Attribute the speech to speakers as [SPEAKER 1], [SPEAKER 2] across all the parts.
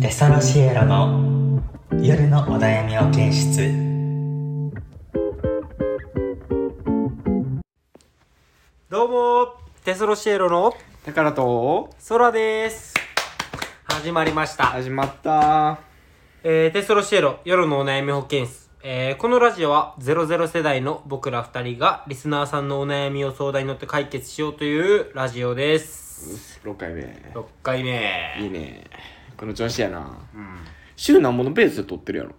[SPEAKER 1] テソロシエロの夜のお悩みを検出
[SPEAKER 2] どうもテソロシエロの
[SPEAKER 3] だからと
[SPEAKER 2] ソラです始まりました、
[SPEAKER 3] 始まった
[SPEAKER 2] えー、テソロシエロ夜のお悩み保健室、えー、このラジオは00世代の僕ら二人がリスナーさんのお悩みを相談に乗って解決しようというラジオです
[SPEAKER 3] 6回目
[SPEAKER 2] 6回目
[SPEAKER 3] いいねこの調子やな
[SPEAKER 2] うん、
[SPEAKER 3] 週何本のペースで撮ってるやろ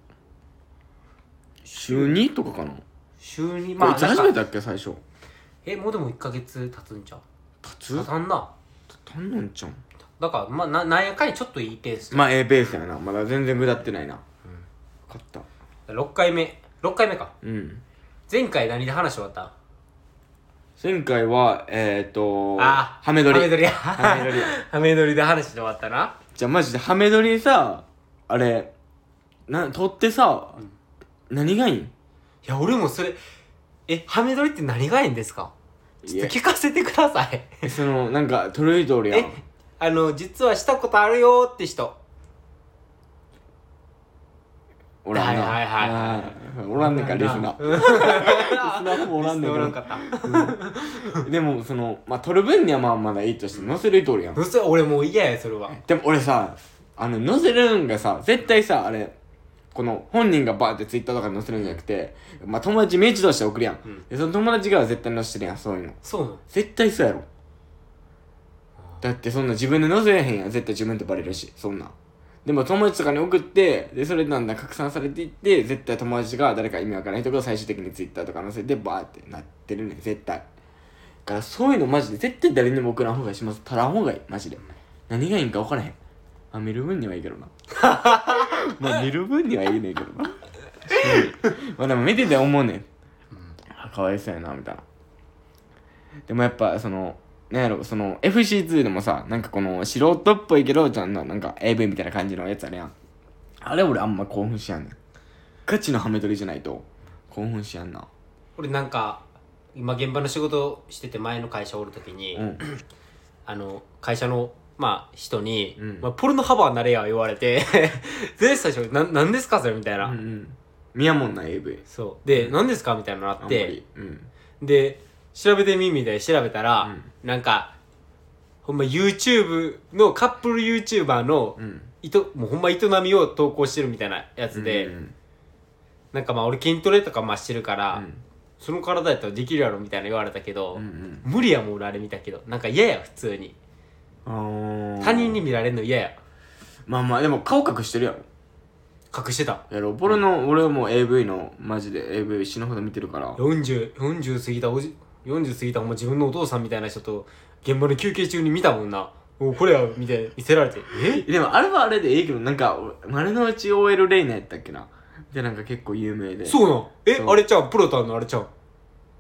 [SPEAKER 3] 週2とかかな
[SPEAKER 2] 週に
[SPEAKER 3] まあ
[SPEAKER 2] まあ
[SPEAKER 3] いつ
[SPEAKER 2] なん
[SPEAKER 3] 始
[SPEAKER 2] か
[SPEAKER 3] めたっけ最初
[SPEAKER 2] えもうでも1ヶ月経つんちゃう
[SPEAKER 3] たつ
[SPEAKER 2] 経たんな
[SPEAKER 3] たんなんちゃん
[SPEAKER 2] だからまあななんやかんやちょっといいペース、
[SPEAKER 3] まあええペースやなまだ全然下ってないな、勝った
[SPEAKER 2] 6回目6回目か
[SPEAKER 3] うん
[SPEAKER 2] 前回何で話終わった
[SPEAKER 3] 前回はえっ、ー、と
[SPEAKER 2] あー
[SPEAKER 3] ハメ撮り
[SPEAKER 2] ハメ撮りや
[SPEAKER 3] ハメ撮りや
[SPEAKER 2] ハメ撮りで話して終わったな
[SPEAKER 3] じゃあマジでハメ撮りさあれな撮ってさ、何がいいん
[SPEAKER 2] いや、俺もそれ、え、ハメ撮りって何がいいんですかちょっ
[SPEAKER 3] い
[SPEAKER 2] と聞かせてください。
[SPEAKER 3] やそのなんか撮る人おるやん
[SPEAKER 2] え、あの、実はしたことあるよーって人。
[SPEAKER 3] おらんな。
[SPEAKER 2] はいはいはい
[SPEAKER 3] い。おらんねんか、リスナー。
[SPEAKER 2] うん。リ
[SPEAKER 3] リスナーもおらんね
[SPEAKER 2] スナーおら
[SPEAKER 3] ん
[SPEAKER 2] んか
[SPEAKER 3] か
[SPEAKER 2] った。
[SPEAKER 3] ら。でも、その、まあ、撮る分にはまあまだいいとして、載せる人おるやん。
[SPEAKER 2] うそ、俺もう嫌や、それは。
[SPEAKER 3] でも俺さ、あの、載せるんがさ、絶対さ、あれ、この、本人がバーってツイッターとかに載せるんじゃなくて、まあ、友達名字として送るやん。
[SPEAKER 2] うん
[SPEAKER 3] で、その友達が絶対載せてるやん、そういうの。
[SPEAKER 2] そうなの
[SPEAKER 3] 絶対そうやろ。だってそんな自分で載せれへんやん、絶対自分ってバレるし、そんなん。でも友達とかに送って、で、それなんだ拡散されていって、絶対友達が誰か意味わからない人が最終的にツイッターとか載せて、バーってなってるねん、絶対。だからそういうのマジで、絶対誰にも送らん方がいいします。たらん方がいい、マジで。何がいいんか分からへん。あ、見る分にはいいけどな。 まあ見る分にはいいねんけどな。 まあでも見てて思うねん。あかわいそうやな、みたいな。でもやっぱそのなんやろその FC2 でもさなんかこの素人っぽいけどちゃんのなんか AV みたいな感じのやつあるやんあれ俺あんま興奮しやんねんガチのハメ撮りじゃないと興奮しやんな
[SPEAKER 2] 俺なんか、今現場の仕事してて前の会社おるときに、
[SPEAKER 3] うん
[SPEAKER 2] あの、会社の、まあ、人に、
[SPEAKER 3] うん
[SPEAKER 2] まあ、ポルノハバーになれや、言われて、 全最初、な、なんですか、それ、みたいな。
[SPEAKER 3] うんうん宮門な AV
[SPEAKER 2] そう。で、何ですかみたいなのあ
[SPEAKER 3] あん
[SPEAKER 2] っ
[SPEAKER 3] ま
[SPEAKER 2] て、
[SPEAKER 3] りうん
[SPEAKER 2] で調べてみみたいに調べたら、なんかほんま YouTube のカップル YouTuber の、
[SPEAKER 3] うん
[SPEAKER 2] いともうほんま営みを投稿してるみたいなやつで、
[SPEAKER 3] うん
[SPEAKER 2] なんかまあ俺筋トレとかまあしてるから、
[SPEAKER 3] うん
[SPEAKER 2] その体やったらできるやろみたいな言われたけど、
[SPEAKER 3] うんうん
[SPEAKER 2] 無理やもん俺あれ見たけどなんか嫌や普通に
[SPEAKER 3] あー
[SPEAKER 2] 他人に見られるの嫌や
[SPEAKER 3] まあまあでも顔隠してるやろ
[SPEAKER 2] 隠してた
[SPEAKER 3] やろ俺の俺はもう AV のマジで AV 死ぬほど見てるから
[SPEAKER 2] 4040過ぎたおじ40過ぎたほんま自分のお父さんみたいな人と現場の休憩中に見たもんなおこれやみたいな見せられてえ
[SPEAKER 3] でもあれはあれでええけどなんか俺丸の内 OL レイナやったっけなでなんか結構有名でう
[SPEAKER 2] そうなんえ
[SPEAKER 3] そう
[SPEAKER 2] あれちゃうプロタンのあれちゃう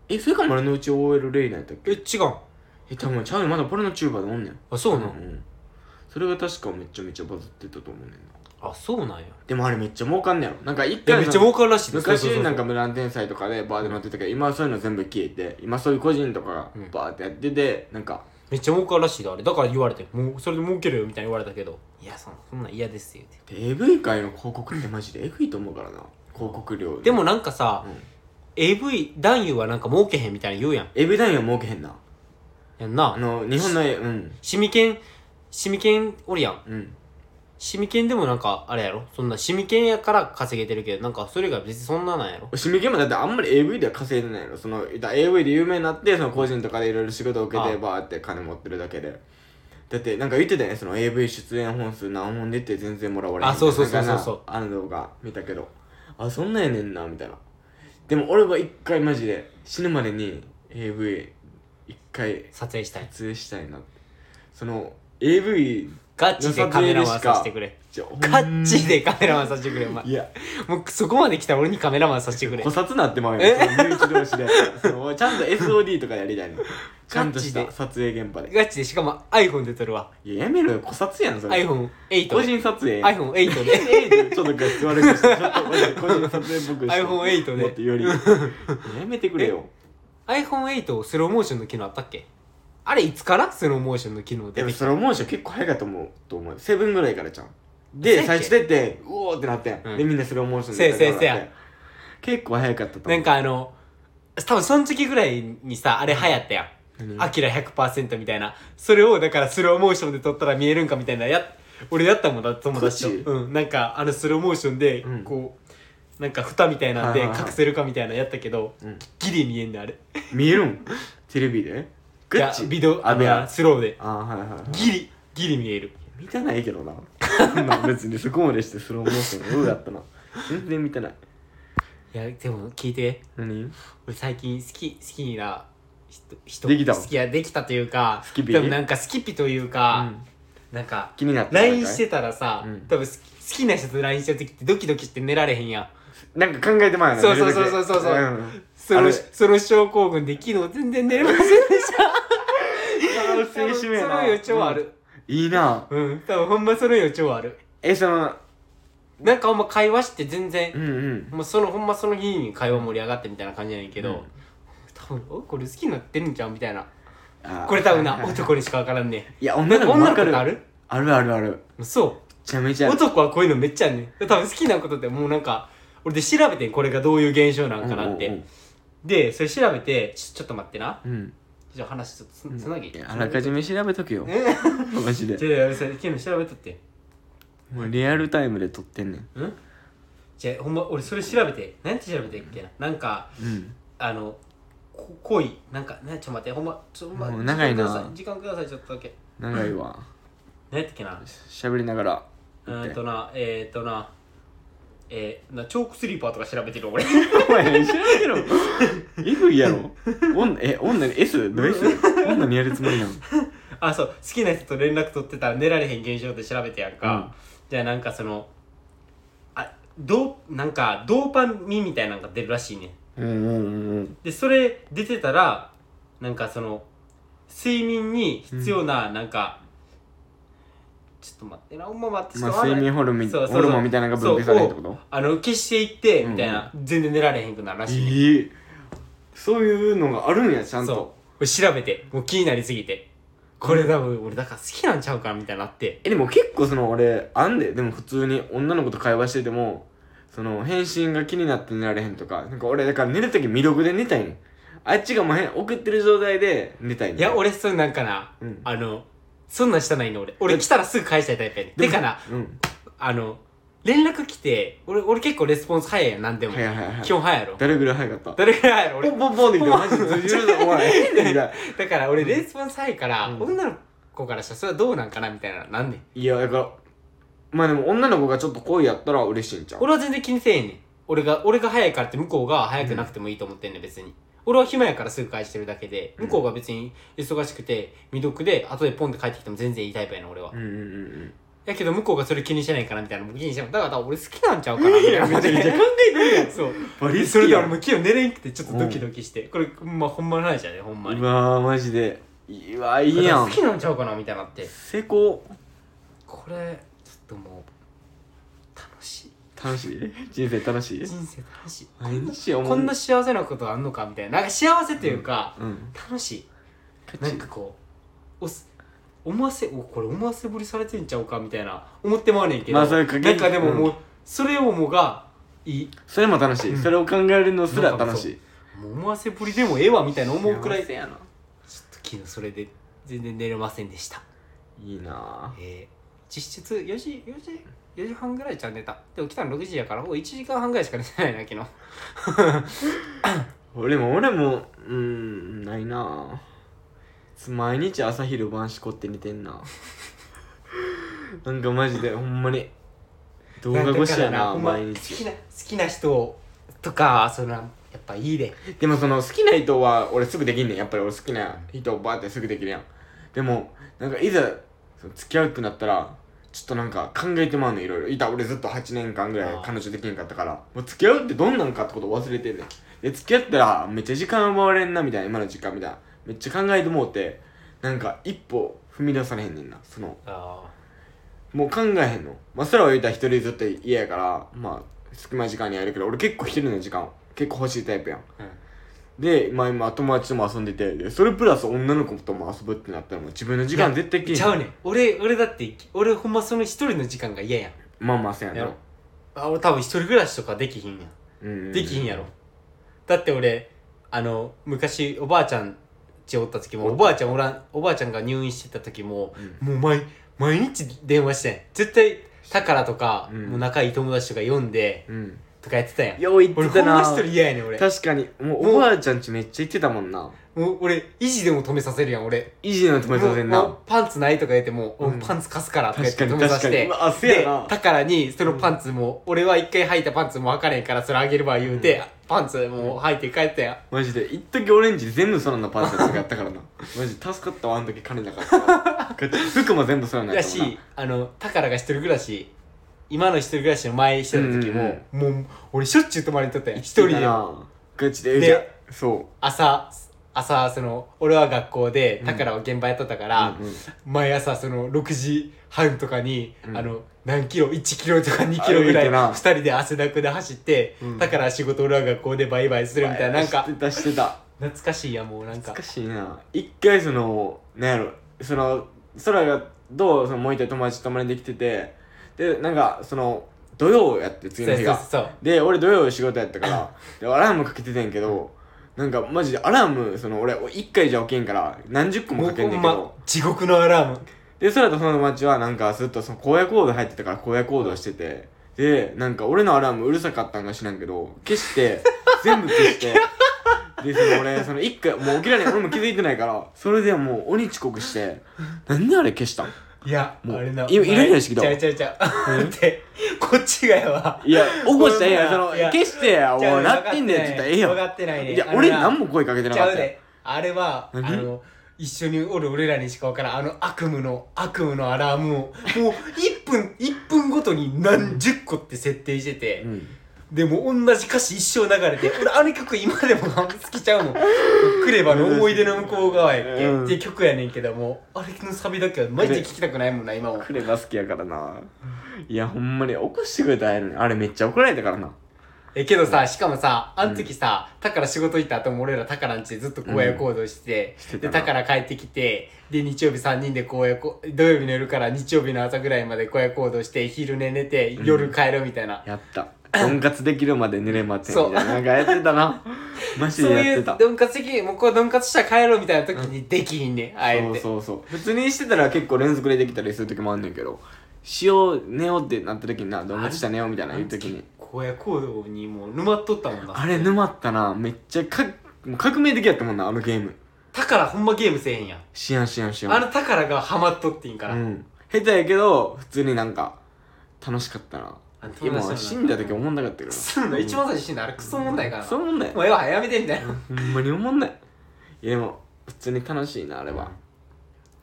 [SPEAKER 3] えそれから丸の内 OL レイナやったっ
[SPEAKER 2] え
[SPEAKER 3] け
[SPEAKER 2] 違うん
[SPEAKER 3] え多分ちゃうねまだポルノチューバーでおんねん
[SPEAKER 2] あそうなん、
[SPEAKER 3] んそれが確かめちゃめちゃバズってたと思うねんな
[SPEAKER 2] あそうなんや
[SPEAKER 3] でもあれめっちゃ儲かんねやろなんか一
[SPEAKER 2] え
[SPEAKER 3] 回
[SPEAKER 2] めっちゃ儲かるらしいですそうそうそ
[SPEAKER 3] 昔
[SPEAKER 2] う
[SPEAKER 3] なんか無断天才とかでバーで待ってたけど今はそういうの全部消えて今そういう個人とかがバーってやってて、なんか
[SPEAKER 2] めっちゃ儲かるらしいであれだから言われてもうそれで儲けるよみたいに言われたけどいやそんそんなん嫌ですよって
[SPEAKER 3] で AV 界の広告ってマジでエグいと思うからな広告料
[SPEAKER 2] でもなんかさ、
[SPEAKER 3] うん
[SPEAKER 2] AV 男優はなんか儲けへんみたいに言うやん
[SPEAKER 3] AV 男優は儲けへんな
[SPEAKER 2] やん
[SPEAKER 3] あ
[SPEAKER 2] な
[SPEAKER 3] の日本のうん
[SPEAKER 2] シミケンシミケンおるやん
[SPEAKER 3] うん
[SPEAKER 2] シミケンでもなんかあれやろそんなシミケンやから稼げてるけどなんかそれが別にそんななんやろ
[SPEAKER 3] 締め切りもだってあんまり AV では稼いでないのそのだ AV で有名になってその個人とかでいろいろ仕事を受け
[SPEAKER 2] あ
[SPEAKER 3] てバーって金持ってるだけでだってなんか言ってたよねその AV 出演本数何本出て全然もらわれへん
[SPEAKER 2] あそうそうそうそうそう
[SPEAKER 3] なんかなあの動画見たけどあそんなんやねんなみたいなでも俺は一回マジで死ぬまでに AV 一回
[SPEAKER 2] 撮影したい
[SPEAKER 3] 撮影したいなその AV
[SPEAKER 2] ガチでカメラマンさせてくれ
[SPEAKER 3] じゃほん
[SPEAKER 2] ガチでカメラマンさせてくれお前
[SPEAKER 3] いや
[SPEAKER 2] もうそこまで来たら俺にカメラマンさせてくれ
[SPEAKER 3] 古刹なってまうよ
[SPEAKER 2] え
[SPEAKER 3] 身内同 士でそのちゃんと SOD とかやりたいのちゃんとし
[SPEAKER 2] ガチ
[SPEAKER 3] た
[SPEAKER 2] で
[SPEAKER 3] 撮影現場で
[SPEAKER 2] ガチでしかも iPhone で撮るわ
[SPEAKER 3] いややめろよ古刹やんそれ
[SPEAKER 2] iPhone8
[SPEAKER 3] 個人撮影
[SPEAKER 2] iPhone8 で
[SPEAKER 3] ちょっとガチ悪くしてちょっとマジで個人撮影僕
[SPEAKER 2] iPhone8 で
[SPEAKER 3] もっとよりやめてくれよ
[SPEAKER 2] iPhone8 をスローモーションの機能あったっけあれいつからスローモーションの機能
[SPEAKER 3] で
[SPEAKER 2] 出
[SPEAKER 3] も
[SPEAKER 2] てき
[SPEAKER 3] そ
[SPEAKER 2] た
[SPEAKER 3] れ思うでしょ結構早かったと思うと思うセブンぐらいからじゃんで
[SPEAKER 2] せや
[SPEAKER 3] 最
[SPEAKER 2] っけ
[SPEAKER 3] 初出てうおーってなってん、
[SPEAKER 2] うん
[SPEAKER 3] でみんなそれ思う人
[SPEAKER 2] せやせやせや
[SPEAKER 3] 結構早かったと
[SPEAKER 2] な
[SPEAKER 3] 思うん
[SPEAKER 2] かあの多分その時期ぐらいにさあれ流行ったやん
[SPEAKER 3] 何
[SPEAKER 2] アキラ100%みたいなそれをだからスローモーションで撮ったら見えるんかみたいなや俺やったもんだ友達
[SPEAKER 3] ガチ
[SPEAKER 2] と、うん、なんかあのスローモーションで
[SPEAKER 3] うん
[SPEAKER 2] こう、なんか蓋みたいなんで
[SPEAKER 3] はい
[SPEAKER 2] 隠
[SPEAKER 3] はいはい
[SPEAKER 2] せるかみたいなのやったけど、
[SPEAKER 3] うん
[SPEAKER 2] ギリ見えんねんあれ
[SPEAKER 3] 見えるんテレビで
[SPEAKER 2] い
[SPEAKER 3] グ
[SPEAKER 2] や
[SPEAKER 3] ッチ
[SPEAKER 2] ビデオ
[SPEAKER 3] あ
[SPEAKER 2] あ
[SPEAKER 3] べ
[SPEAKER 2] の
[SPEAKER 3] や
[SPEAKER 2] スローで
[SPEAKER 3] あはいはいはい
[SPEAKER 2] ギリギリ見える
[SPEAKER 3] 見てないけどな そんなん別にそこまでしてスローモーションうだったな全然見てない
[SPEAKER 2] いやでも聞いて
[SPEAKER 3] 何
[SPEAKER 2] 俺最近好き好きな人人
[SPEAKER 3] できた
[SPEAKER 2] 好きやできたというか
[SPEAKER 3] スキピ
[SPEAKER 2] でもなんかスキピというか、
[SPEAKER 3] うん
[SPEAKER 2] なんか
[SPEAKER 3] 気になった
[SPEAKER 2] LINE してたらさ、
[SPEAKER 3] うん
[SPEAKER 2] 多分好き好きな人と LINE した時ってドキドキして寝られへんやん
[SPEAKER 3] なんか考えてまうよね
[SPEAKER 2] そうそうそうそうそうそうそ
[SPEAKER 3] あ
[SPEAKER 2] の
[SPEAKER 3] れ
[SPEAKER 2] その症候群で昨日全然寝れませんでした
[SPEAKER 3] 青春
[SPEAKER 2] そ
[SPEAKER 3] 締めやな
[SPEAKER 2] の予兆ある
[SPEAKER 3] いいな
[SPEAKER 2] うん、多分ほんまその予兆ある
[SPEAKER 3] えその
[SPEAKER 2] なんかほんま会話して全然
[SPEAKER 3] うん、うん
[SPEAKER 2] もうそのほんまその日に会話盛り上がってみたいな感じやねんけど、
[SPEAKER 3] うん
[SPEAKER 2] 多分おこれ好きになってるんじゃんみたいな
[SPEAKER 3] あー
[SPEAKER 2] これ多分
[SPEAKER 3] はい
[SPEAKER 2] な
[SPEAKER 3] はい
[SPEAKER 2] 男にしかわからんねん
[SPEAKER 3] いや女の子も
[SPEAKER 2] 女の
[SPEAKER 3] 分
[SPEAKER 2] 子
[SPEAKER 3] か
[SPEAKER 2] って
[SPEAKER 3] る
[SPEAKER 2] ある
[SPEAKER 3] あるあるある
[SPEAKER 2] そ
[SPEAKER 3] めちゃめち
[SPEAKER 2] う
[SPEAKER 3] ゃ
[SPEAKER 2] 男はこういうのめっちゃあんねん多分好きなことってもうなんか俺で調べてんこれがどういう現象なんかなって、
[SPEAKER 3] うんうん
[SPEAKER 2] でそれ調べてちょちょっと待ってな
[SPEAKER 3] うん
[SPEAKER 2] じゃあ話ちょっとつ,、
[SPEAKER 3] うん
[SPEAKER 2] なぎ
[SPEAKER 3] いやあらかじめ調べとくよ
[SPEAKER 2] え
[SPEAKER 3] マジ で
[SPEAKER 2] じゃあそれ昨日調べとって
[SPEAKER 3] もうリアルタイムで撮ってんねん
[SPEAKER 2] うんじゃあほんま俺それ調べて何て調べてっけななんか
[SPEAKER 3] うん
[SPEAKER 2] あのこ恋なんかなちょっと待ってほんまちょっと、ほん
[SPEAKER 3] も
[SPEAKER 2] ま、
[SPEAKER 3] う長いな
[SPEAKER 2] 時間ください時間くださいちょっとだけ
[SPEAKER 3] 長いわ
[SPEAKER 2] 何やったっけな
[SPEAKER 3] 喋りながら
[SPEAKER 2] う
[SPEAKER 3] 言っ
[SPEAKER 2] ー
[SPEAKER 3] て
[SPEAKER 2] んとなえー、っとなえー、なチョークスリーパーとか調べて る俺
[SPEAKER 3] お前知らんやろえぐいやろ女え女 S どう S 女にやるつもりなの
[SPEAKER 2] あそう好きな人と連絡取ってたら寝られへん現象って調べてやんか、
[SPEAKER 3] うん
[SPEAKER 2] じゃあなんかそのあドーなんかドーパミンみたいなのが出るらしいねん
[SPEAKER 3] うんうんうん
[SPEAKER 2] でそれ出てたらなんかその睡眠に必要ななんか、ちょっと待ってなほんま待って
[SPEAKER 3] まあ
[SPEAKER 2] ちょっと待って
[SPEAKER 3] 睡眠ホルモン
[SPEAKER 2] そうそうそう
[SPEAKER 3] ホルモンみたいなのが分泌されるってこと
[SPEAKER 2] そうをあの消していってみたいな、全然寝られへんくなるら
[SPEAKER 3] え
[SPEAKER 2] しいね、
[SPEAKER 3] えそういうのがあるんやちゃん
[SPEAKER 2] そう
[SPEAKER 3] と
[SPEAKER 2] これ調べてもう気になりすぎてこれ多分俺だから好きなんちゃうかなみたいになって
[SPEAKER 3] えでも結構その俺あんででも普通に女の子と会話しててもその返信が気になって寝られへんとかなんか俺だから寝る時未読で寝たいねんあっちがもうへん送ってる状態で寝たいねん
[SPEAKER 2] いや俺それなんかな、
[SPEAKER 3] うん
[SPEAKER 2] あのそんなんしたないの俺俺来たらすぐ返したいタイプやねん
[SPEAKER 3] で
[SPEAKER 2] て
[SPEAKER 3] も
[SPEAKER 2] かな
[SPEAKER 3] うん
[SPEAKER 2] あの連絡来て俺俺結構レスポンス早いやん何でも、
[SPEAKER 3] はいはいはい
[SPEAKER 2] 基本早いやろ
[SPEAKER 3] 誰ぐらい早かった
[SPEAKER 2] どれくらいやろ
[SPEAKER 3] ポ
[SPEAKER 2] 俺
[SPEAKER 3] ンポンポンできてマジで通じるぞお前ええねんみたいな
[SPEAKER 2] だから俺レスポンス早いから、
[SPEAKER 3] うん
[SPEAKER 2] 女の子からしたらそれはどうなんかなみたいななんねん
[SPEAKER 3] いやだからまあでも女の子がちょっと恋やったら嬉しいんちゃう
[SPEAKER 2] 俺は全然気にせえへんねん俺が俺が早いからって向こうが早くなくてもいいと思ってんねん別に俺は暇やからすぐ返してるだけで
[SPEAKER 3] うん
[SPEAKER 2] 向こうが別に忙しくて未読で後でポンって帰ってきても全然いいタイプやねん俺は、
[SPEAKER 3] うんうんうん
[SPEAKER 2] やけど向こうがそれ気にしてないからみたいな僕気にしてないだから俺好きなんちゃうかなみたいな
[SPEAKER 3] めちゃめちゃ考
[SPEAKER 2] えてるやん そう
[SPEAKER 3] バリ好きやん
[SPEAKER 2] それで俺もう昨日寝れんくてちょっとドキドキして、これほんまほんまの話やねほんま
[SPEAKER 3] うん
[SPEAKER 2] に
[SPEAKER 3] うわーマジでいいわいいや
[SPEAKER 2] だから
[SPEAKER 3] ん
[SPEAKER 2] 好きなんちゃうかなみたいなって
[SPEAKER 3] 成功
[SPEAKER 2] これちょっともう楽しい
[SPEAKER 3] 楽しい人生楽しい
[SPEAKER 2] 人生楽しい
[SPEAKER 3] 毎日思う
[SPEAKER 2] こんな幸せなことあんのかみたいななんか幸せというか、
[SPEAKER 3] うん
[SPEAKER 2] 楽しいなんかこうおす思わせおこれ思わせぶりされてんちゃうかみたいな思ってまわねんけど、
[SPEAKER 3] まあそれか
[SPEAKER 2] なんかでももう、
[SPEAKER 3] う
[SPEAKER 2] それをもがいい
[SPEAKER 3] それも楽しい、
[SPEAKER 2] うん
[SPEAKER 3] それを考えるのすら楽
[SPEAKER 2] そう
[SPEAKER 3] しい
[SPEAKER 2] もう思わせぶりでもええわみたいな思うくらいちょっ
[SPEAKER 3] 幸せやな
[SPEAKER 2] と昨日それで全然寝れませんでした
[SPEAKER 3] いいなぁ
[SPEAKER 2] えー、実質4時4時4時半ぐらいじゃ寝たで起きたの6時やからもう1時間半ぐらいしか寝てないな昨日
[SPEAKER 3] 俺も俺もうーんないなぁ毎日朝昼晩しこって寝て んななんかマジでほんまに動画越しや
[SPEAKER 2] だか
[SPEAKER 3] な
[SPEAKER 2] らほん
[SPEAKER 3] 毎
[SPEAKER 2] ま好き
[SPEAKER 3] 日
[SPEAKER 2] な好きな人とかそのやっぱいいで
[SPEAKER 3] でもその好きな人は俺すぐできんねんやっぱり俺好きな人バーってすぐできるやんでもなんかいざその付き合うってなったらちょっとなんか考えてまうのいろいろいた俺ずっと8年間ぐらい
[SPEAKER 2] あー
[SPEAKER 3] 彼女できんかったからもう付き合うってどんなんかってこと忘れてるねんで付き合ったらめっちゃ時間奪われんなみたいな今の時間みたいなめっちゃ考えてもうてなんか一歩踏み出されへんねんなその
[SPEAKER 2] あ
[SPEAKER 3] もう考えへんのまあそれを言うたら一人ずっと嫌やからまあ隙間時間にやるけど俺結構一人の時間結構欲しいタイプやん
[SPEAKER 2] うん
[SPEAKER 3] で、まあ今友達とも遊んでて、でそれプラス女の子とも遊ぶってなったらもう自分の時間絶対消
[SPEAKER 2] ち
[SPEAKER 3] え
[SPEAKER 2] ゃ
[SPEAKER 3] へん
[SPEAKER 2] うねん俺俺だって俺ほんまその一人の時間が嫌やん
[SPEAKER 3] まあまあそうやな
[SPEAKER 2] やろあ俺多分一人暮らしとかできひんやん
[SPEAKER 3] うんうんうん
[SPEAKER 2] できひんやろだって俺あの昔おばあちゃんちおった時も
[SPEAKER 3] おった
[SPEAKER 2] おばあちゃんおらんおばあちゃんが入院してた時も
[SPEAKER 3] うん、
[SPEAKER 2] もう毎毎日電話してん絶対宝とか、
[SPEAKER 3] うん
[SPEAKER 2] もう仲いい友達とか呼んで
[SPEAKER 3] うん、
[SPEAKER 2] とかやってたやん
[SPEAKER 3] よう言って
[SPEAKER 2] 俺
[SPEAKER 3] た
[SPEAKER 2] ほんま
[SPEAKER 3] な
[SPEAKER 2] 一人嫌やねん俺
[SPEAKER 3] 確かにもうおばあちゃんちめっちゃ行ってたもんな
[SPEAKER 2] もう俺意地でも止めさせるやん俺
[SPEAKER 3] イジの友達させんな
[SPEAKER 2] もうもうパンツないとか言っても、
[SPEAKER 3] うん
[SPEAKER 2] パンツ貸すからとか言って
[SPEAKER 3] 確
[SPEAKER 2] 止
[SPEAKER 3] か
[SPEAKER 2] め
[SPEAKER 3] に
[SPEAKER 2] させて
[SPEAKER 3] 確かにうわあそうやな
[SPEAKER 2] で宝にそのパンツも、俺は一回履いたパンツも履かれへんからそれあげれば言うて、
[SPEAKER 3] うん
[SPEAKER 2] パンツもう履いて帰ったやん
[SPEAKER 3] マジで一時オレンジ全部空のパンツとかやったからなマジ助かったわあの時金なかったわガチ服も全部空のや
[SPEAKER 2] だ
[SPEAKER 3] ったもんな
[SPEAKER 2] しあの宝が一人暮らし今の一人暮らしの前してた時も、もう俺しょっちゅう泊まりにとったやん一人
[SPEAKER 3] 行っ
[SPEAKER 2] で
[SPEAKER 3] てたなガチで
[SPEAKER 2] で
[SPEAKER 3] じゃあそ
[SPEAKER 2] 朝朝その俺は学校で
[SPEAKER 3] うん
[SPEAKER 2] 宝は現場やっとったか
[SPEAKER 3] う
[SPEAKER 2] ら、
[SPEAKER 3] うんうん
[SPEAKER 2] 毎朝その6時半とかに、
[SPEAKER 3] うん
[SPEAKER 2] あの何キロ1キロとか2キロぐらい
[SPEAKER 3] 歩いてな
[SPEAKER 2] 2人で汗だくで走って、
[SPEAKER 3] うん
[SPEAKER 2] だから仕事俺は学校でバイバイするみたいななんか
[SPEAKER 3] 知ってたしてた
[SPEAKER 2] 懐かしいやもうなんか
[SPEAKER 3] 懐かしいな一回そのなんやろその空がどうそのもう一回友達と泊まりにできててでなんかその土曜やって
[SPEAKER 2] そう
[SPEAKER 3] 次
[SPEAKER 2] そ
[SPEAKER 3] の
[SPEAKER 2] う
[SPEAKER 3] 日
[SPEAKER 2] そう
[SPEAKER 3] が
[SPEAKER 2] そう
[SPEAKER 3] で俺土曜仕事やったからでアラームかけててんけどなんかマジでアラームその俺一回じゃ起きんから何十個も
[SPEAKER 2] もう
[SPEAKER 3] かけ
[SPEAKER 2] ほ
[SPEAKER 3] んねん
[SPEAKER 2] ん
[SPEAKER 3] け
[SPEAKER 2] ま
[SPEAKER 3] ど
[SPEAKER 2] 地獄のアラーム
[SPEAKER 3] で空とその友達はなんかずっとその荒野行動入ってたから荒野行動しててでなんか俺のアラームうるさかったんか知らんけど消して全部消してでその俺その一回もう起きられん俺も気づいてないからそれでもう鬼遅刻してなんであれ消したん
[SPEAKER 2] いや
[SPEAKER 3] もう
[SPEAKER 2] あれない
[SPEAKER 3] いろいろしてきた
[SPEAKER 2] ちゃうちゃうちゃう 待ってこっちがやわ
[SPEAKER 3] いや起こしたらええやんそ
[SPEAKER 2] ほん
[SPEAKER 3] の
[SPEAKER 2] まいや
[SPEAKER 3] 消してや
[SPEAKER 2] ちゃ
[SPEAKER 3] お
[SPEAKER 2] う
[SPEAKER 3] いなってんねんって言ったらええやん
[SPEAKER 2] 分かってないね
[SPEAKER 3] いや
[SPEAKER 2] あのな
[SPEAKER 3] 俺何も声かけてな
[SPEAKER 2] ち
[SPEAKER 3] か
[SPEAKER 2] ゃ
[SPEAKER 3] っ
[SPEAKER 2] う
[SPEAKER 3] たよ
[SPEAKER 2] であれはあ
[SPEAKER 3] 何
[SPEAKER 2] の一緒におる俺らにしか分からんあの悪夢の悪夢のアラームをもう1分1分ごとに何十個って設定してて、
[SPEAKER 3] うん
[SPEAKER 2] でも同じ歌詞一生流れ て俺あの曲今でも好きちゃうもん「クレバの思い出の向こう側やっけ」
[SPEAKER 3] うん
[SPEAKER 2] っていう曲やねんけどもあれのサビだけはマジで聴きたくないもんな今も
[SPEAKER 3] クレバ好きやからな。いや、ほんまに起こしてくれたらええのに。あれめっちゃ怒られたからな。
[SPEAKER 2] えけどさしかもさあの時さ、タカラ仕事行った後も俺らタカラんちでずっと荒野行動して,、
[SPEAKER 3] してた
[SPEAKER 2] で
[SPEAKER 3] な
[SPEAKER 2] タカラ帰ってきてで日曜日3人で荒野こ土曜日の夜から日曜日の朝ぐらいまで荒野行動して昼寝寝て
[SPEAKER 3] うん
[SPEAKER 2] 夜帰るみたいな、
[SPEAKER 3] やった。婚活できるまで寝れませんみ
[SPEAKER 2] そ
[SPEAKER 3] た
[SPEAKER 2] う
[SPEAKER 3] いな。なんかやって たな。マジ
[SPEAKER 2] そう
[SPEAKER 3] でやっ
[SPEAKER 2] い
[SPEAKER 3] て
[SPEAKER 2] う
[SPEAKER 3] た。
[SPEAKER 2] ドンカツ的もうこうドンカツしたら帰ろうみたいな時にできひんね、ん、あえて
[SPEAKER 3] そうそうそう。普通にしてたら結構連続でできたりする時もあんねんけど、しよう、寝ようってなった時にな、どんした寝ようみたいな言う時に。
[SPEAKER 2] 荒野行動にもう沼っとったもんな
[SPEAKER 3] あれ沼ったな。めっちゃかもう革命的やったもんな、あのゲーム。
[SPEAKER 2] タカラほんまゲームせえへんやん
[SPEAKER 3] しやんしやんしやん。
[SPEAKER 2] あのタカラがハマっとっていいんから、
[SPEAKER 3] うん、下手やけど普通になんか楽しかったな
[SPEAKER 2] あ楽しいな
[SPEAKER 3] 今は死んだ時思んなかったけど
[SPEAKER 2] すんの一番最初死んだあれクソ問題からな、
[SPEAKER 3] そうもんない
[SPEAKER 2] もうええわやめてみたいな
[SPEAKER 3] ほんまに思んないいやでも普通に楽しいなあれは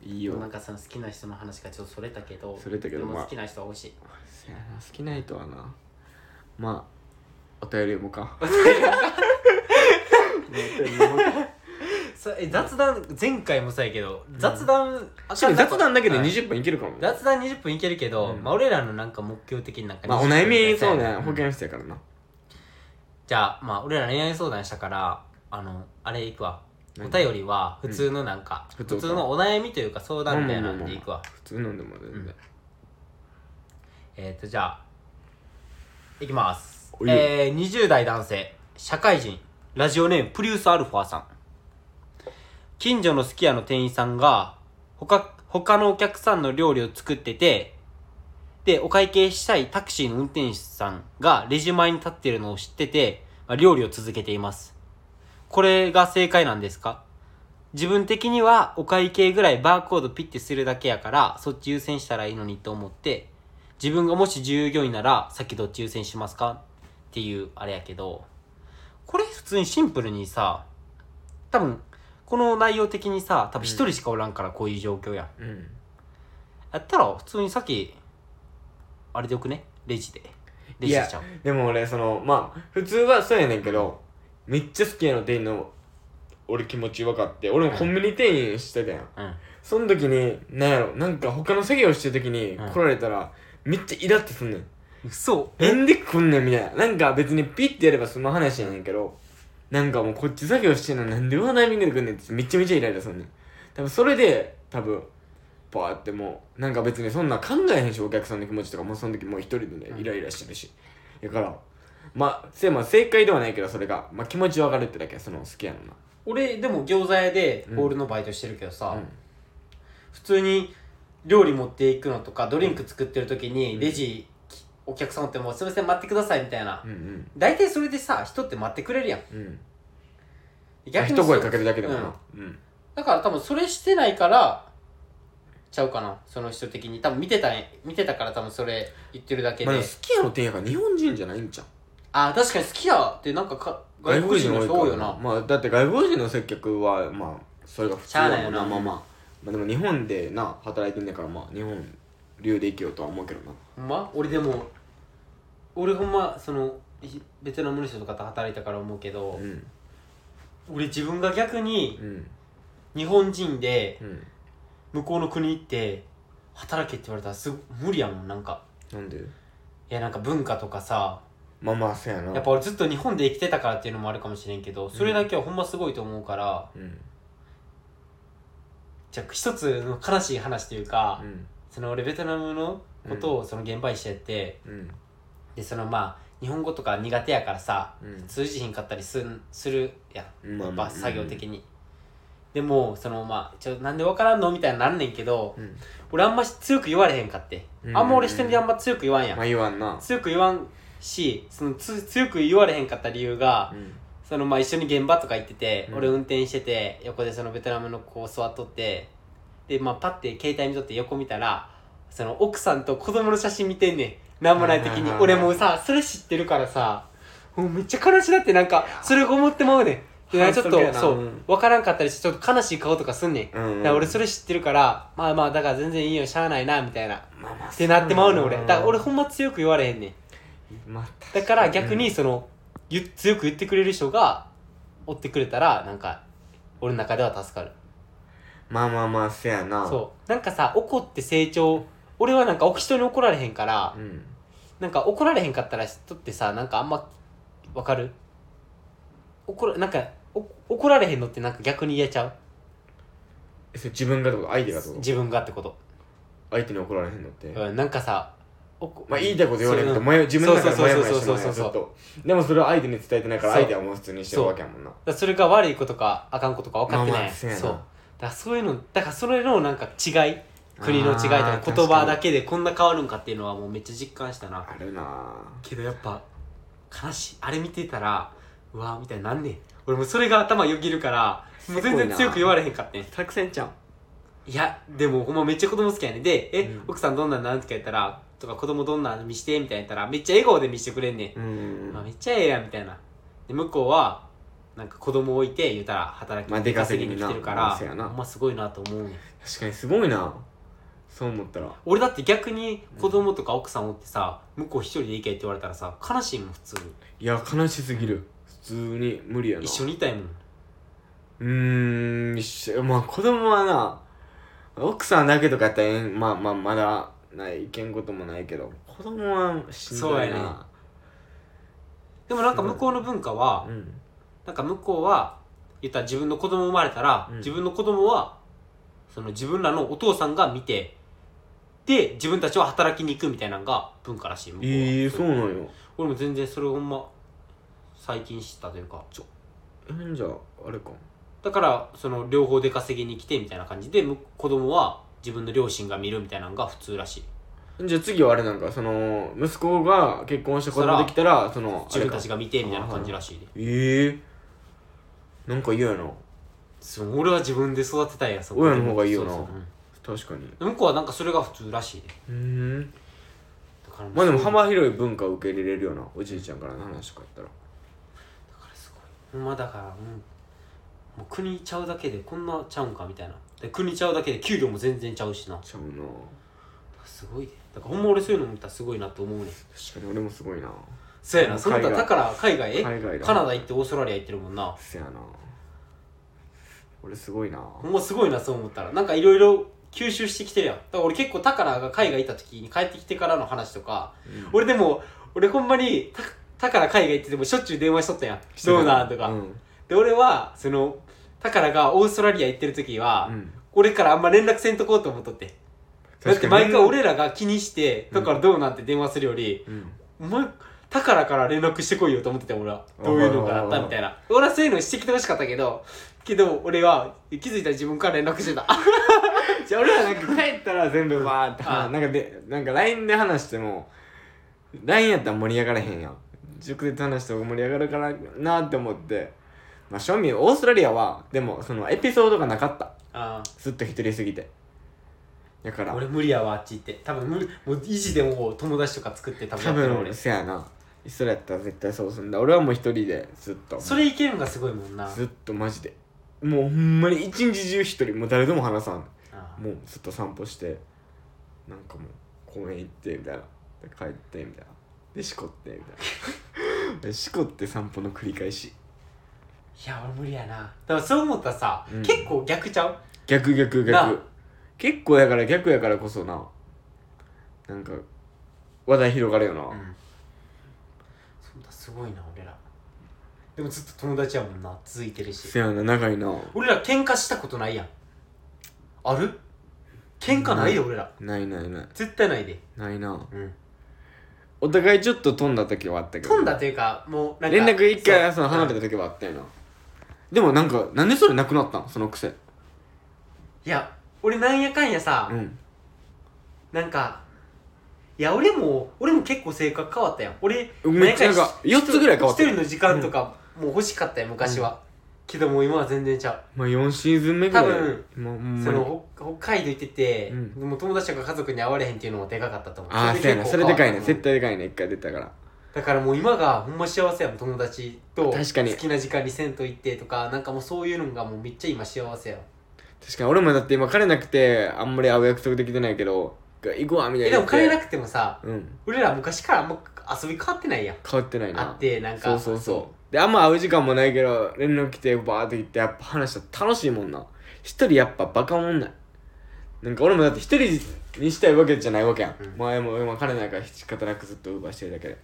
[SPEAKER 3] いいよ
[SPEAKER 2] なんかその好きな人の話がちょっとそれたけど
[SPEAKER 3] それたけど
[SPEAKER 2] でも
[SPEAKER 3] まあ
[SPEAKER 2] 好きな人は欲しい
[SPEAKER 3] せやな好きな人はなまあお便り読もうかお便り読もうか
[SPEAKER 2] そえ雑談前回もそうやけど雑談あ
[SPEAKER 3] しかも雑談だけで
[SPEAKER 2] はい
[SPEAKER 3] 20分いけるかも、
[SPEAKER 2] 雑談20分いけるけど
[SPEAKER 3] うん
[SPEAKER 2] まあ俺らのなんか目標的になんか
[SPEAKER 3] まあお
[SPEAKER 2] 20
[SPEAKER 3] 悩
[SPEAKER 2] 分やり
[SPEAKER 3] み
[SPEAKER 2] たい
[SPEAKER 3] そう
[SPEAKER 2] な
[SPEAKER 3] ね保険室やからな
[SPEAKER 2] じゃあまあ俺ら恋愛相談したからあのあれいくわお
[SPEAKER 3] 何
[SPEAKER 2] 便りは普通のなんか普
[SPEAKER 3] 普通か
[SPEAKER 2] 通のお悩みというか相談みたいなんでいくわ
[SPEAKER 3] 普通飲んでも全
[SPEAKER 2] う
[SPEAKER 3] 然、
[SPEAKER 2] んえっとじゃあいきます
[SPEAKER 3] おいよ
[SPEAKER 2] えー、20代男性社会人ラジオネームプリウスアルファさん近所のすき家の店員さんが他他のお客さんの料理を作っててでお会計したいタクシーの運転手さんがレジ前に立っているのを知ってて、まあ、料理を続けていますこれが正解なんですか自分的にはお会計ぐらいバーコードピッてするだけやからそっち優先したらいいのにと思って自分がもし従業員ならさっきどっち優先しますかっていうあれやけどこれ普通にシンプルにさ多分この内容的にさ多分一人しかおらんからこういう状況やん、
[SPEAKER 3] うん
[SPEAKER 2] やったら普通にさっきあれでよくねレジでレジしちゃう
[SPEAKER 3] でも俺そのまあ普通はそうやねんけどめっちゃ好きやの店員の俺気持ち分かって俺もコンビニ店員してたやん
[SPEAKER 2] うん
[SPEAKER 3] その時になんやろなんか他の作業してる時に
[SPEAKER 2] うん
[SPEAKER 3] 来られたらめっちゃイラってすんねん
[SPEAKER 2] 嘘
[SPEAKER 3] なんで来んねんみたいななんか別にピッてやれば済む話やねんけどなんかもうこっち作業してんのになんでこのタイミングで来んねんってめちゃめちゃイライラすんねん多分それで多分パーってもうなんか別にそんな考えへんしお客さんの気持ちとかもうその時もう一人でねイライラしてるしだからまあせまあ正解ではないけどそれが、まあ、気持ち分かるってだけその好きやの
[SPEAKER 2] 俺でも餃子屋で
[SPEAKER 3] うん
[SPEAKER 2] ホールのバイトしてるけどさ、
[SPEAKER 3] なうん
[SPEAKER 2] 普通に料理持っていくのとかドリンク作ってる時にレジ、お客さんおっても「すいません待ってください」みたいな、
[SPEAKER 3] うん
[SPEAKER 2] 大体それでさ人って待ってくれるやん
[SPEAKER 3] うんうん
[SPEAKER 2] 逆に
[SPEAKER 3] 一声
[SPEAKER 2] そう
[SPEAKER 3] かけるだけでもなうん
[SPEAKER 2] だから多分それしてないからちゃうかなその人的に多分見てたね見てたから多分それ言ってるだけで、
[SPEAKER 3] まあ、好きやの店員やから日本人じゃないんじゃん
[SPEAKER 2] あー確かに好きやってなんかか外国人の人多いよな
[SPEAKER 3] まあだって外国人の接客はまあそれが普通やもん
[SPEAKER 2] しゃあ
[SPEAKER 3] な
[SPEAKER 2] ないよな
[SPEAKER 3] まあまあ、まあ、でも日本でな働いてんだからまあ日本流で生きようとは思うけどな
[SPEAKER 2] ほんま俺でも俺ほんまそのひベトナムの人とかと働いたから思うけど
[SPEAKER 3] う、ん
[SPEAKER 2] 俺自分が逆に
[SPEAKER 3] うん
[SPEAKER 2] 日本人で
[SPEAKER 3] うん
[SPEAKER 2] 向こうの国行って働けって言われたらすご無理やもんなんか
[SPEAKER 3] なんで
[SPEAKER 2] いやなんか文化とかさ
[SPEAKER 3] まあまあそうやな
[SPEAKER 2] やっぱ俺ずっと日本で生きてたからっていうのもあるかもしれんけどそれだけはほんますごいと思うから、
[SPEAKER 3] うん
[SPEAKER 2] じゃあ一つの悲しい話というか、
[SPEAKER 3] うん
[SPEAKER 2] その俺ベトナムのことをその現場にしてやって、
[SPEAKER 3] うん
[SPEAKER 2] でそのまあ日本語とか苦手やからさ
[SPEAKER 3] うん
[SPEAKER 2] 通じひんかったりすんするやん
[SPEAKER 3] まあ
[SPEAKER 2] やっ
[SPEAKER 3] まあ
[SPEAKER 2] ぱ作業的に、でもそのまあちょなんでわからんのみたいになんねんけど
[SPEAKER 3] うん
[SPEAKER 2] 俺あんまし強く言われへんかって、
[SPEAKER 3] うん
[SPEAKER 2] あんま俺人にあんま強く言わんやん、
[SPEAKER 3] まあ言わんな
[SPEAKER 2] 強く言わんしそのつ強く言われへんかった理由が、
[SPEAKER 3] うん
[SPEAKER 2] そのまあ一緒に現場とか行ってて、
[SPEAKER 3] うん
[SPEAKER 2] 俺運転してて横でそのベトナムの子座っとってでまあパッて携帯見とって横見たらその奥さんと子供の写真見てんねんなんもない時に
[SPEAKER 3] はいはいはい
[SPEAKER 2] 俺
[SPEAKER 3] はい
[SPEAKER 2] もうさそれ知ってるからさもうめっちゃ悲しなってなんかそれを思ってまうねんでなんかちょっ
[SPEAKER 3] 反則や
[SPEAKER 2] と
[SPEAKER 3] な
[SPEAKER 2] そううん分からんかったりしてちょっと悲しい顔とかすんねん、だか
[SPEAKER 3] うん
[SPEAKER 2] ら俺それ知ってるからまあまあだから全然いいよしゃあないなみたいなっ
[SPEAKER 3] まあまあって
[SPEAKER 2] なってまうねん俺だから俺ほんま強く言われへんねん
[SPEAKER 3] また
[SPEAKER 2] だから逆にその、ゆ強く言ってくれる人が追ってくれたらなんか俺の中では助かる
[SPEAKER 3] まあまあまあせやな
[SPEAKER 2] そうなんかさ怒って成長俺はなんかお人に怒られへんから、
[SPEAKER 3] うん
[SPEAKER 2] なんか怒られへんかったら人ってさなんかあんまわかる怒らなんかお怒られへんのってなんか逆に言えちゃう
[SPEAKER 3] えそれ自分がってこと相手がってこと
[SPEAKER 2] 自分がってこと、
[SPEAKER 3] 相手に怒られへんのって
[SPEAKER 2] うん、なんかさおこ
[SPEAKER 3] まあ言いたいこと言われると
[SPEAKER 2] そう
[SPEAKER 3] もや自分の中でもやもや
[SPEAKER 2] そう
[SPEAKER 3] して
[SPEAKER 2] そ
[SPEAKER 3] も
[SPEAKER 2] う
[SPEAKER 3] ら
[SPEAKER 2] そうそうそう
[SPEAKER 3] うずっとでもそれを相手に伝えてないから
[SPEAKER 2] そう
[SPEAKER 3] 相手はもう普通にしてるわけやもんな
[SPEAKER 2] だからそれが悪いことかあかんことか分かってない、
[SPEAKER 3] まあまあそうやな
[SPEAKER 2] そうだからそういうのだからそれのなんか違い国の違いと
[SPEAKER 3] あ
[SPEAKER 2] か
[SPEAKER 3] ー
[SPEAKER 2] 言葉だけでこんな変わるんかっていうのはもうめっちゃ実感したな
[SPEAKER 3] あるな
[SPEAKER 2] けどやっぱ悲しいあれ見てたらうわーみたいになんねん俺もうそれが頭よぎるからもう全
[SPEAKER 3] すごい
[SPEAKER 2] 然
[SPEAKER 3] な
[SPEAKER 2] 強く言われへんかってん
[SPEAKER 3] 作戦ちゃん
[SPEAKER 2] いやでもほんまめっちゃ子供好きやねんで「え、
[SPEAKER 3] うん
[SPEAKER 2] 奥さんどんなんなん?」とか言ったら「とか子供どんなん見して」みたいな言ったらめっちゃ笑顔で見してくれんねん
[SPEAKER 3] うんうん
[SPEAKER 2] まあ、
[SPEAKER 3] うん
[SPEAKER 2] めっちゃええやんみたいなで向こうはなんか子供置いて言うたら働き
[SPEAKER 3] まあ出稼ぎに
[SPEAKER 2] 出
[SPEAKER 3] な
[SPEAKER 2] 来てるか
[SPEAKER 3] ま
[SPEAKER 2] ら
[SPEAKER 3] あそうやな
[SPEAKER 2] ほんますごいなと思うねん
[SPEAKER 3] 確かにすごいなそう思ったら
[SPEAKER 2] 俺だって逆に子供とか奥さんおってさ向こう一人で行けって言われたらさ悲しいもん普通に
[SPEAKER 3] いや悲しすぎる普通に無理やな
[SPEAKER 2] 一緒にいたいもん
[SPEAKER 3] うーん一緒まあ子供はな奥さんだけとかやったらええんまあまあまだないいけんこともないけど子供はしんどいな
[SPEAKER 2] でもなんか向こうの文化は
[SPEAKER 3] うん
[SPEAKER 2] なんか向こうは言ったら自分の子供生まれたら、
[SPEAKER 3] うん
[SPEAKER 2] 自分の子供はその自分らのお父さんが見てで自分たちは働きに行くみたいなのが文化らしい向こうは
[SPEAKER 3] ええそうなんよ
[SPEAKER 2] 俺も全然それほんま最近知ったというか
[SPEAKER 3] えじゃああれか
[SPEAKER 2] だからその両方出稼ぎに来てみたいな感じでむ子供は自分の両親が見るみたいなのが普通らしい
[SPEAKER 3] じゃあ次はあれなんかその息子が結婚して子供できたらその
[SPEAKER 2] 自分たち
[SPEAKER 3] が
[SPEAKER 2] が見てみたいな感じらしいで
[SPEAKER 3] ええなんか嫌やな
[SPEAKER 2] そう俺は自分で育てたいやそこ
[SPEAKER 3] 親の方がいいよな
[SPEAKER 2] そうそう
[SPEAKER 3] 確かに
[SPEAKER 2] うん向こうはなんかそれが普通らしいで
[SPEAKER 3] うん
[SPEAKER 2] だから
[SPEAKER 3] まあでも
[SPEAKER 2] すごい
[SPEAKER 3] 幅広い文化を受け入れれるようなおじいちゃんからの話とかや
[SPEAKER 2] だ
[SPEAKER 3] っ
[SPEAKER 2] からすごいほんまだからうんもう国ちゃうだけでこんなちゃうんかみたいなで国ちゃうだけで給料も全然ちゃうしな
[SPEAKER 3] たらちゃうな
[SPEAKER 2] すごいでだからほんま俺そういうの見たらすごいなと思うねん
[SPEAKER 3] 確かに俺もすごいな
[SPEAKER 2] そうやなその他
[SPEAKER 3] 海外
[SPEAKER 2] だから海外え
[SPEAKER 3] 海外だ
[SPEAKER 2] カナダ行ってオーストラリア行ってるもんな
[SPEAKER 3] せやな俺すごいな
[SPEAKER 2] ほんますごいなそう思ったらなんかいろいろ吸収してきてるやんだから俺結構タカラが海外行った時に帰ってきてからの話とか、
[SPEAKER 3] うん
[SPEAKER 2] 俺でも俺ほんまにタタカラ海外行っててもしょっちゅう電話しとったやんどうなんとか、
[SPEAKER 3] うん
[SPEAKER 2] で俺はその宝がオーストラリア行ってる時は、
[SPEAKER 3] うん
[SPEAKER 2] 俺からあんま連絡せんとこうと思っとってだって毎回俺らが気にしてだからどうなって電話するより、
[SPEAKER 3] うん
[SPEAKER 2] お前宝から連絡してこいよと思ってて俺はどういうのがあったみたいな俺はそういうのしてきてほしかったけどけど俺は気づいたら自分から連絡してた
[SPEAKER 3] じゃあ俺らなんか帰ったら全部わーって
[SPEAKER 2] あ
[SPEAKER 3] 話なんかでなんか LINE で話しても LINE やったら盛り上がらへんやん直接話した方が盛り上がるかなーって思ってまあ正味オーストラリアはでもそのエピソードがなかった
[SPEAKER 2] あ
[SPEAKER 3] ずっと一人すぎてだから
[SPEAKER 2] あ俺無理やわあっち行って多分無理もう意地でもう友達とか作って多分や
[SPEAKER 3] 多
[SPEAKER 2] ってる俺
[SPEAKER 3] 分せやな一人やったら絶対そうすんだ俺はもう一人でずっと
[SPEAKER 2] それいけるんがすごいもんな
[SPEAKER 3] ずっとマジでもうほんまに一日中一人もう誰とも話さん
[SPEAKER 2] ああ
[SPEAKER 3] もうずっと散歩してなんかもう公園行ってみたいなで帰ってみたいなでしこってみたいなでしこって散歩の繰り返し
[SPEAKER 2] いや俺無理やなだからそう思ったらさ、
[SPEAKER 3] うん
[SPEAKER 2] 結構逆ちゃう
[SPEAKER 3] 逆逆
[SPEAKER 2] なあ
[SPEAKER 3] 逆結構やから逆やからこそななんか話題広がるよな、
[SPEAKER 2] んそうだすごいな俺らでもずっと友達やもんな続いてるし
[SPEAKER 3] せやな長いな
[SPEAKER 2] 俺ら喧嘩したことないやんある喧嘩ないよ俺ら
[SPEAKER 3] ないないない
[SPEAKER 2] 絶対ないで
[SPEAKER 3] ないな
[SPEAKER 2] うん
[SPEAKER 3] お互いちょっと飛んだ時はあったけど
[SPEAKER 2] 飛んだというかもうなんか
[SPEAKER 3] 連絡一回その離れ
[SPEAKER 2] た
[SPEAKER 3] た時はあったよなでもなんかなんでそれなくなったんその癖
[SPEAKER 2] いや俺なんやかんやさ、
[SPEAKER 3] うん
[SPEAKER 2] なんかいや俺も俺も結構性格変わったやん俺
[SPEAKER 3] めっちゃなん
[SPEAKER 2] や
[SPEAKER 3] か4つぐらい変わった
[SPEAKER 2] 一人の時間とかもう欲しかったよ昔は、けどもう今は全然ちゃう
[SPEAKER 3] まあ4シーズン目ぐらい
[SPEAKER 2] 多分
[SPEAKER 3] まあほんまに
[SPEAKER 2] その北北海道行ってて、
[SPEAKER 3] うん
[SPEAKER 2] でも友達とか家族に会われへんっていうのもでかかったと思う
[SPEAKER 3] ああそうやなそ
[SPEAKER 2] 結
[SPEAKER 3] れ
[SPEAKER 2] 構
[SPEAKER 3] でか
[SPEAKER 2] 変
[SPEAKER 3] い
[SPEAKER 2] わ
[SPEAKER 3] ね
[SPEAKER 2] った
[SPEAKER 3] 絶対でかいね一回出たから
[SPEAKER 2] だからもう今がほんま幸せやもん友達と
[SPEAKER 3] 確かに
[SPEAKER 2] 好きな時間に銭湯行ってとかなんかもうそういうのがもうめっちゃ今幸せやわ
[SPEAKER 3] 確かに俺もだって今彼なくてあんまり会う約束できてないけど行こうわみたい
[SPEAKER 2] え
[SPEAKER 3] な
[SPEAKER 2] でも金な
[SPEAKER 3] く
[SPEAKER 2] くてもさ
[SPEAKER 3] うん
[SPEAKER 2] 俺ら昔からあんま遊び変わってないやん
[SPEAKER 3] 変わってない
[SPEAKER 2] あ
[SPEAKER 3] な
[SPEAKER 2] ってなんか
[SPEAKER 3] そうそうそうであんま会う時間もないけど連絡来てバーって行ってやっぱ話したら楽しいもんな一人やっぱバカもんないなんか俺もだって一人にしたいわけじゃないわけやん、
[SPEAKER 2] うん
[SPEAKER 3] 前も今彼なんか仕方なくずっとウーバーしてるだけで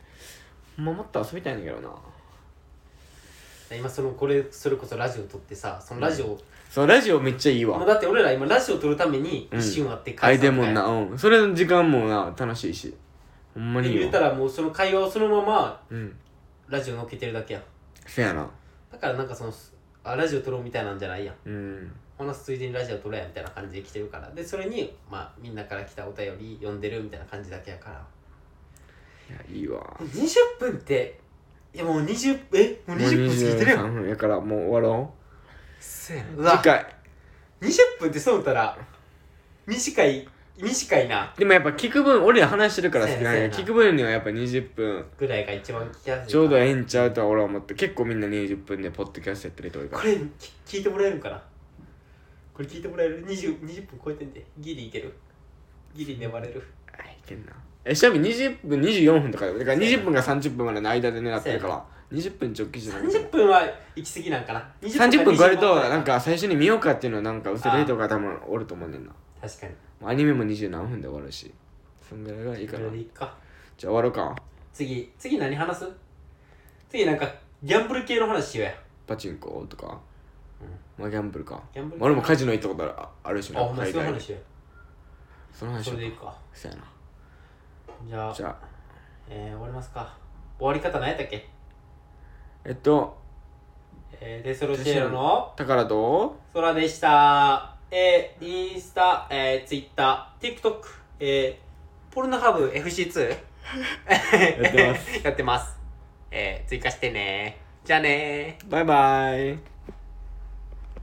[SPEAKER 3] ほんまもっと遊びたいんだけどな
[SPEAKER 2] 今そのこれそれこそラジオ撮ってさそのラジオ、
[SPEAKER 3] そのラジオめっちゃいいわ
[SPEAKER 2] まあ、だって俺ら今ラジオ撮るために
[SPEAKER 3] うん
[SPEAKER 2] 一瞬会って
[SPEAKER 3] 相
[SPEAKER 2] さ
[SPEAKER 3] 手もんな、うん、それの時間もな楽しいしほんま
[SPEAKER 2] で
[SPEAKER 3] にいい
[SPEAKER 2] 言うた
[SPEAKER 3] わ
[SPEAKER 2] らもうその会話をそのまま
[SPEAKER 3] うん
[SPEAKER 2] ラジオ乗っけてるだけやん
[SPEAKER 3] せやな
[SPEAKER 2] だからなんかそのあラジオ撮ろうみたいなんじゃないやん
[SPEAKER 3] うん
[SPEAKER 2] 話すついでにラジオ撮ろうやみたいな感じで来てるからでそれにまあみんなから来たお便り読んでるみたいな感じだけやから
[SPEAKER 3] いやいいわ
[SPEAKER 2] 20分っていやもう20えもう20分過ぎてるやん
[SPEAKER 3] もう23分やからもう終わろ
[SPEAKER 2] せやなう
[SPEAKER 3] う
[SPEAKER 2] わ
[SPEAKER 3] 次回
[SPEAKER 2] 20分ってそう思ったら短い短いな
[SPEAKER 3] でもやっぱ聞く分俺ら話してるから好きなん
[SPEAKER 2] せや
[SPEAKER 3] や
[SPEAKER 2] な
[SPEAKER 3] 聞く分にはやっぱ20分
[SPEAKER 2] ぐらいが一番聞きやすい
[SPEAKER 3] ちょうどええんちゃうとは俺は思って結構みんな20分でポッドキャストやってる人多いか
[SPEAKER 2] こ
[SPEAKER 3] ら
[SPEAKER 2] れき聞いてもらえるんかなこれ聞いてもらえる 20, 20分超えてんでギリいけるギリ粘れる
[SPEAKER 3] あいけんなえちなみに20分24分とかだよだから20分から30分までの間で狙ってるから20分直帰じゃなくて
[SPEAKER 2] 30分は行き過ぎなんかな20
[SPEAKER 3] 30分超えると
[SPEAKER 2] から
[SPEAKER 3] なんか最初に見ようかっていうのはなんか薄れる人が多分おると思うねんな
[SPEAKER 2] 確かに
[SPEAKER 3] アニメも20何分で終わるしそんぐらいがいい
[SPEAKER 2] こ
[SPEAKER 3] か
[SPEAKER 2] れ
[SPEAKER 3] な
[SPEAKER 2] で
[SPEAKER 3] じ
[SPEAKER 2] いっか
[SPEAKER 3] ゃあ終わろうか
[SPEAKER 2] 次次何話す次なんかギャンブル系の話しようや
[SPEAKER 3] パチンコとか、まあギャンブルか
[SPEAKER 2] ギャンブル系
[SPEAKER 3] 俺もカジノ行ったことあるああるし
[SPEAKER 2] あ
[SPEAKER 3] な
[SPEAKER 2] ほんまに
[SPEAKER 3] 海
[SPEAKER 2] そういう
[SPEAKER 3] 外
[SPEAKER 2] 話しよ
[SPEAKER 3] その
[SPEAKER 2] うや
[SPEAKER 3] 話
[SPEAKER 2] そ
[SPEAKER 3] を
[SPEAKER 2] れでいいか
[SPEAKER 3] そうやな
[SPEAKER 2] じゃあ
[SPEAKER 3] じゃあ
[SPEAKER 2] えー、終わりますか終わり方何やったっけ
[SPEAKER 3] えっと
[SPEAKER 2] えー、デスロシエロの
[SPEAKER 3] 宝と
[SPEAKER 2] 空でしたえー、インスタ、えー、ツイッター、TikTok、えー、ポルノハブ FC2 や
[SPEAKER 3] ってます
[SPEAKER 2] やってますえー、追加してねじゃあねー
[SPEAKER 3] バイバイ